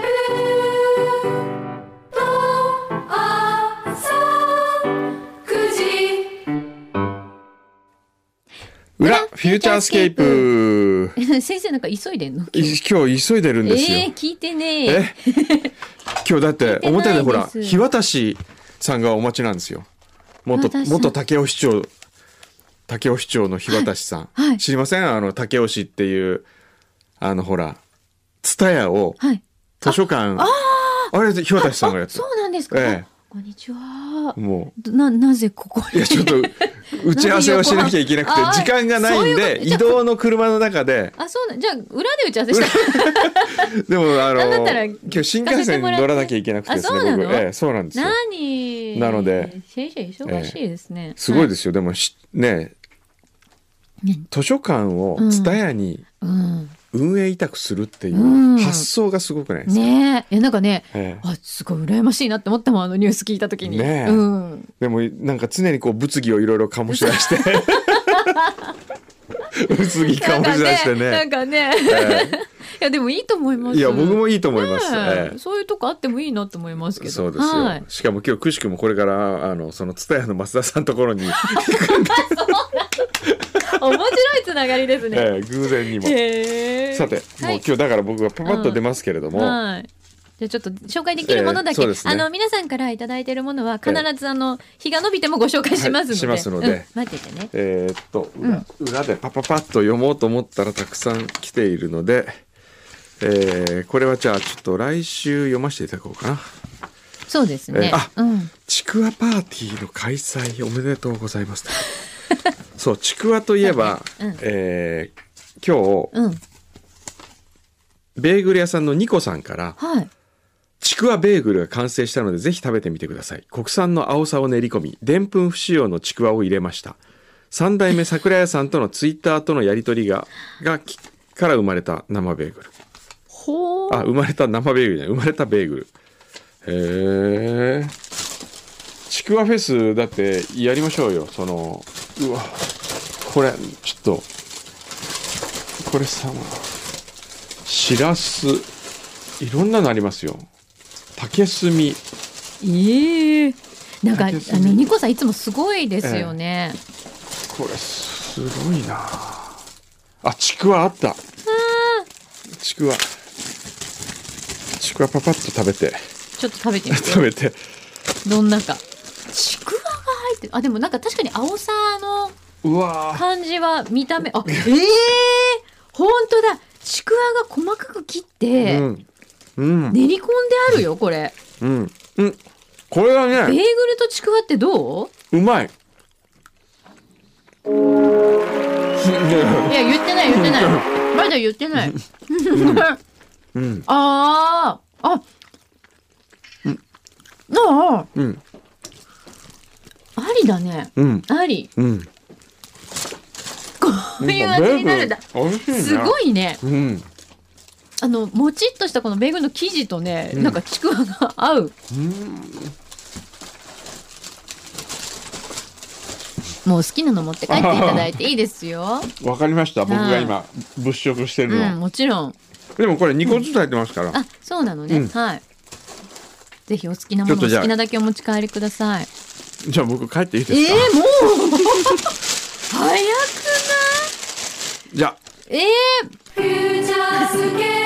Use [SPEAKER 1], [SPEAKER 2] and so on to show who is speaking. [SPEAKER 1] プル」「とあさ9時」
[SPEAKER 2] 裏、フューチャースケープ。
[SPEAKER 3] 先生なんか急いでんの
[SPEAKER 2] い今日急いでるんですよ。
[SPEAKER 3] えー、聞いてね
[SPEAKER 2] え今日だって、
[SPEAKER 3] 聞いてないです
[SPEAKER 2] 表でほら、日渡しさんがお待ちなんですよ。元
[SPEAKER 3] 日渡、しさん
[SPEAKER 2] 元竹雄市長、竹雄市長の日渡しさん。
[SPEAKER 3] はいはい
[SPEAKER 2] 知りませんあの、竹雄市っていう、あのほら、ツタヤを
[SPEAKER 3] はい
[SPEAKER 2] 図書館、あれ、日渡しさんがやって
[SPEAKER 3] そうなんですか、
[SPEAKER 2] ええ
[SPEAKER 3] こんにちは
[SPEAKER 2] る。も
[SPEAKER 3] どななぜここ
[SPEAKER 2] う、い
[SPEAKER 3] に
[SPEAKER 2] や、ちょっと、打ち合わせをしなきゃいけなく て
[SPEAKER 3] あ、ー
[SPEAKER 2] 時間がないん
[SPEAKER 3] そういう
[SPEAKER 2] で
[SPEAKER 3] こ、とじゃあ
[SPEAKER 2] 移動の車の中で、
[SPEAKER 3] あそうなんじゃあ裏で打ち合わせした
[SPEAKER 2] でもあの
[SPEAKER 3] なんだったら
[SPEAKER 2] 今日新幹線に乗らなきらいけなくてですね
[SPEAKER 3] あそうなの
[SPEAKER 2] 僕、ええ、そうなんですよ
[SPEAKER 3] 何
[SPEAKER 2] なので
[SPEAKER 3] 先生忙しいですね、、
[SPEAKER 2] すごいですすよ、でもしね
[SPEAKER 3] 何
[SPEAKER 2] 図書館を
[SPEAKER 3] うん
[SPEAKER 2] 蔦屋に
[SPEAKER 3] うん
[SPEAKER 2] 運営委託するっていううん発想がすごくないですか、
[SPEAKER 3] ねえいやなんかね
[SPEAKER 2] ええ
[SPEAKER 3] あすごい羨ましいなって思ったもんあのニュース聞いた時に、
[SPEAKER 2] ねえ
[SPEAKER 3] うん
[SPEAKER 2] でもなんか常にこう物議をいろいろ醸し出して 物議
[SPEAKER 3] な
[SPEAKER 2] 醸
[SPEAKER 3] んか
[SPEAKER 2] し出して
[SPEAKER 3] ねな
[SPEAKER 2] ね
[SPEAKER 3] んかね、
[SPEAKER 2] え
[SPEAKER 3] いやでもいいと思いま
[SPEAKER 2] え
[SPEAKER 3] す
[SPEAKER 2] いや僕もいいと思います、
[SPEAKER 3] ねえ
[SPEAKER 2] え
[SPEAKER 3] そういうとこあってもいいなと思いますけ
[SPEAKER 2] え
[SPEAKER 3] ど
[SPEAKER 2] そうですよ、
[SPEAKER 3] はい、
[SPEAKER 2] しかも今日くしくもこれからあのその蔦屋の増田さんのとこ ろに、
[SPEAKER 3] 面白いつながりですね、
[SPEAKER 2] ええ偶然にも、
[SPEAKER 3] へー
[SPEAKER 2] さて、も
[SPEAKER 3] は
[SPEAKER 2] う
[SPEAKER 3] い
[SPEAKER 2] 今日だから僕がパパッと出ますけれども、
[SPEAKER 3] はい。じゃあちょっと紹介できるもの
[SPEAKER 2] え
[SPEAKER 3] だけ、
[SPEAKER 2] ーそうですね
[SPEAKER 3] あの皆さんからいただいているものは必ずあの、日が伸びてもご紹介しますので、
[SPEAKER 2] はいしますので
[SPEAKER 3] うん待っててね。
[SPEAKER 2] えーっと裏,、裏でパパパッと読もうと思ったらたくさん来ているので、えーこれはじゃあちょっと来週読ませていただこうかな
[SPEAKER 3] そうですね。
[SPEAKER 2] えーあ
[SPEAKER 3] うん。
[SPEAKER 2] 「ちくわパーティーの開催おめでとうございます」 そうちくわといえば、
[SPEAKER 3] うん
[SPEAKER 2] えー今日
[SPEAKER 3] うん。
[SPEAKER 2] ベーグル屋さんのニコさんから
[SPEAKER 3] はい。
[SPEAKER 2] 「ちくわベーグルが完成したのでぜひ食べてみてください」「国産の青さを練り込みでんぷん不使用のちくわを入れました」三代目桜屋さんとのツイッターとのやり取りががきから生まれた生ベーグル
[SPEAKER 3] ほ
[SPEAKER 2] あ、
[SPEAKER 3] う。
[SPEAKER 2] 生まれた生ベーグルじゃない。生まれたベーグル。へえ。ちくわフェス、だって、やりましょうよ。その、うわ、これ、ちょっと、これさ、しらす、いろんなのありますよ。竹炭。
[SPEAKER 3] ええなんかあ
[SPEAKER 2] 竹炭
[SPEAKER 3] のニコさんいつもすごいですよね。
[SPEAKER 2] これ、すごいなあ、ちくわあった。ちくわ。ちくわパパッと食べて、
[SPEAKER 3] ちょっと食べてみて
[SPEAKER 2] 食べて。
[SPEAKER 3] どんなか。ちくわが入ってるあでもなんか確かに青さの
[SPEAKER 2] うわー
[SPEAKER 3] 感じは見た目あええ本当だちくわが細かく切って、
[SPEAKER 2] うん。うん。
[SPEAKER 3] 練り込んであるよこれ。
[SPEAKER 2] うん。うん。これは
[SPEAKER 3] ベーグ
[SPEAKER 2] ね、
[SPEAKER 3] ルとちくわってどう
[SPEAKER 2] うま い。
[SPEAKER 3] いや、言ってない、言ってない。まだ言ってない。
[SPEAKER 2] うん。
[SPEAKER 3] ああ、あ、あ
[SPEAKER 2] うん。
[SPEAKER 3] あ、ありだね。
[SPEAKER 2] うん。
[SPEAKER 3] あり。
[SPEAKER 2] うん。
[SPEAKER 3] こういう味になるんだ。
[SPEAKER 2] ベーグル美味しいね。
[SPEAKER 3] すごいね。
[SPEAKER 2] うん。
[SPEAKER 3] あの、もちっとしたこのベーグルの生地とね、
[SPEAKER 2] ん
[SPEAKER 3] なんかちくわが合う。もう好きなの持って帰っていただいていいです よ。
[SPEAKER 2] わかりました。僕が今、物色して
[SPEAKER 3] う
[SPEAKER 2] る
[SPEAKER 3] ん、
[SPEAKER 2] の。
[SPEAKER 3] もちろん。
[SPEAKER 2] でもこれ2個ずつ入ってますから。
[SPEAKER 3] あ、そうなのね。
[SPEAKER 2] うん
[SPEAKER 3] はい。ぜひお好きなも
[SPEAKER 2] ちょ
[SPEAKER 3] の
[SPEAKER 2] っと
[SPEAKER 3] お
[SPEAKER 2] じゃあ
[SPEAKER 3] 好きなだけお持ち帰りください。
[SPEAKER 2] じゃあ僕帰っていい
[SPEAKER 3] え
[SPEAKER 2] です
[SPEAKER 3] ー、
[SPEAKER 2] か
[SPEAKER 3] もう 早くない
[SPEAKER 2] じゃあ。
[SPEAKER 3] えー、
[SPEAKER 1] 「フューチャースケー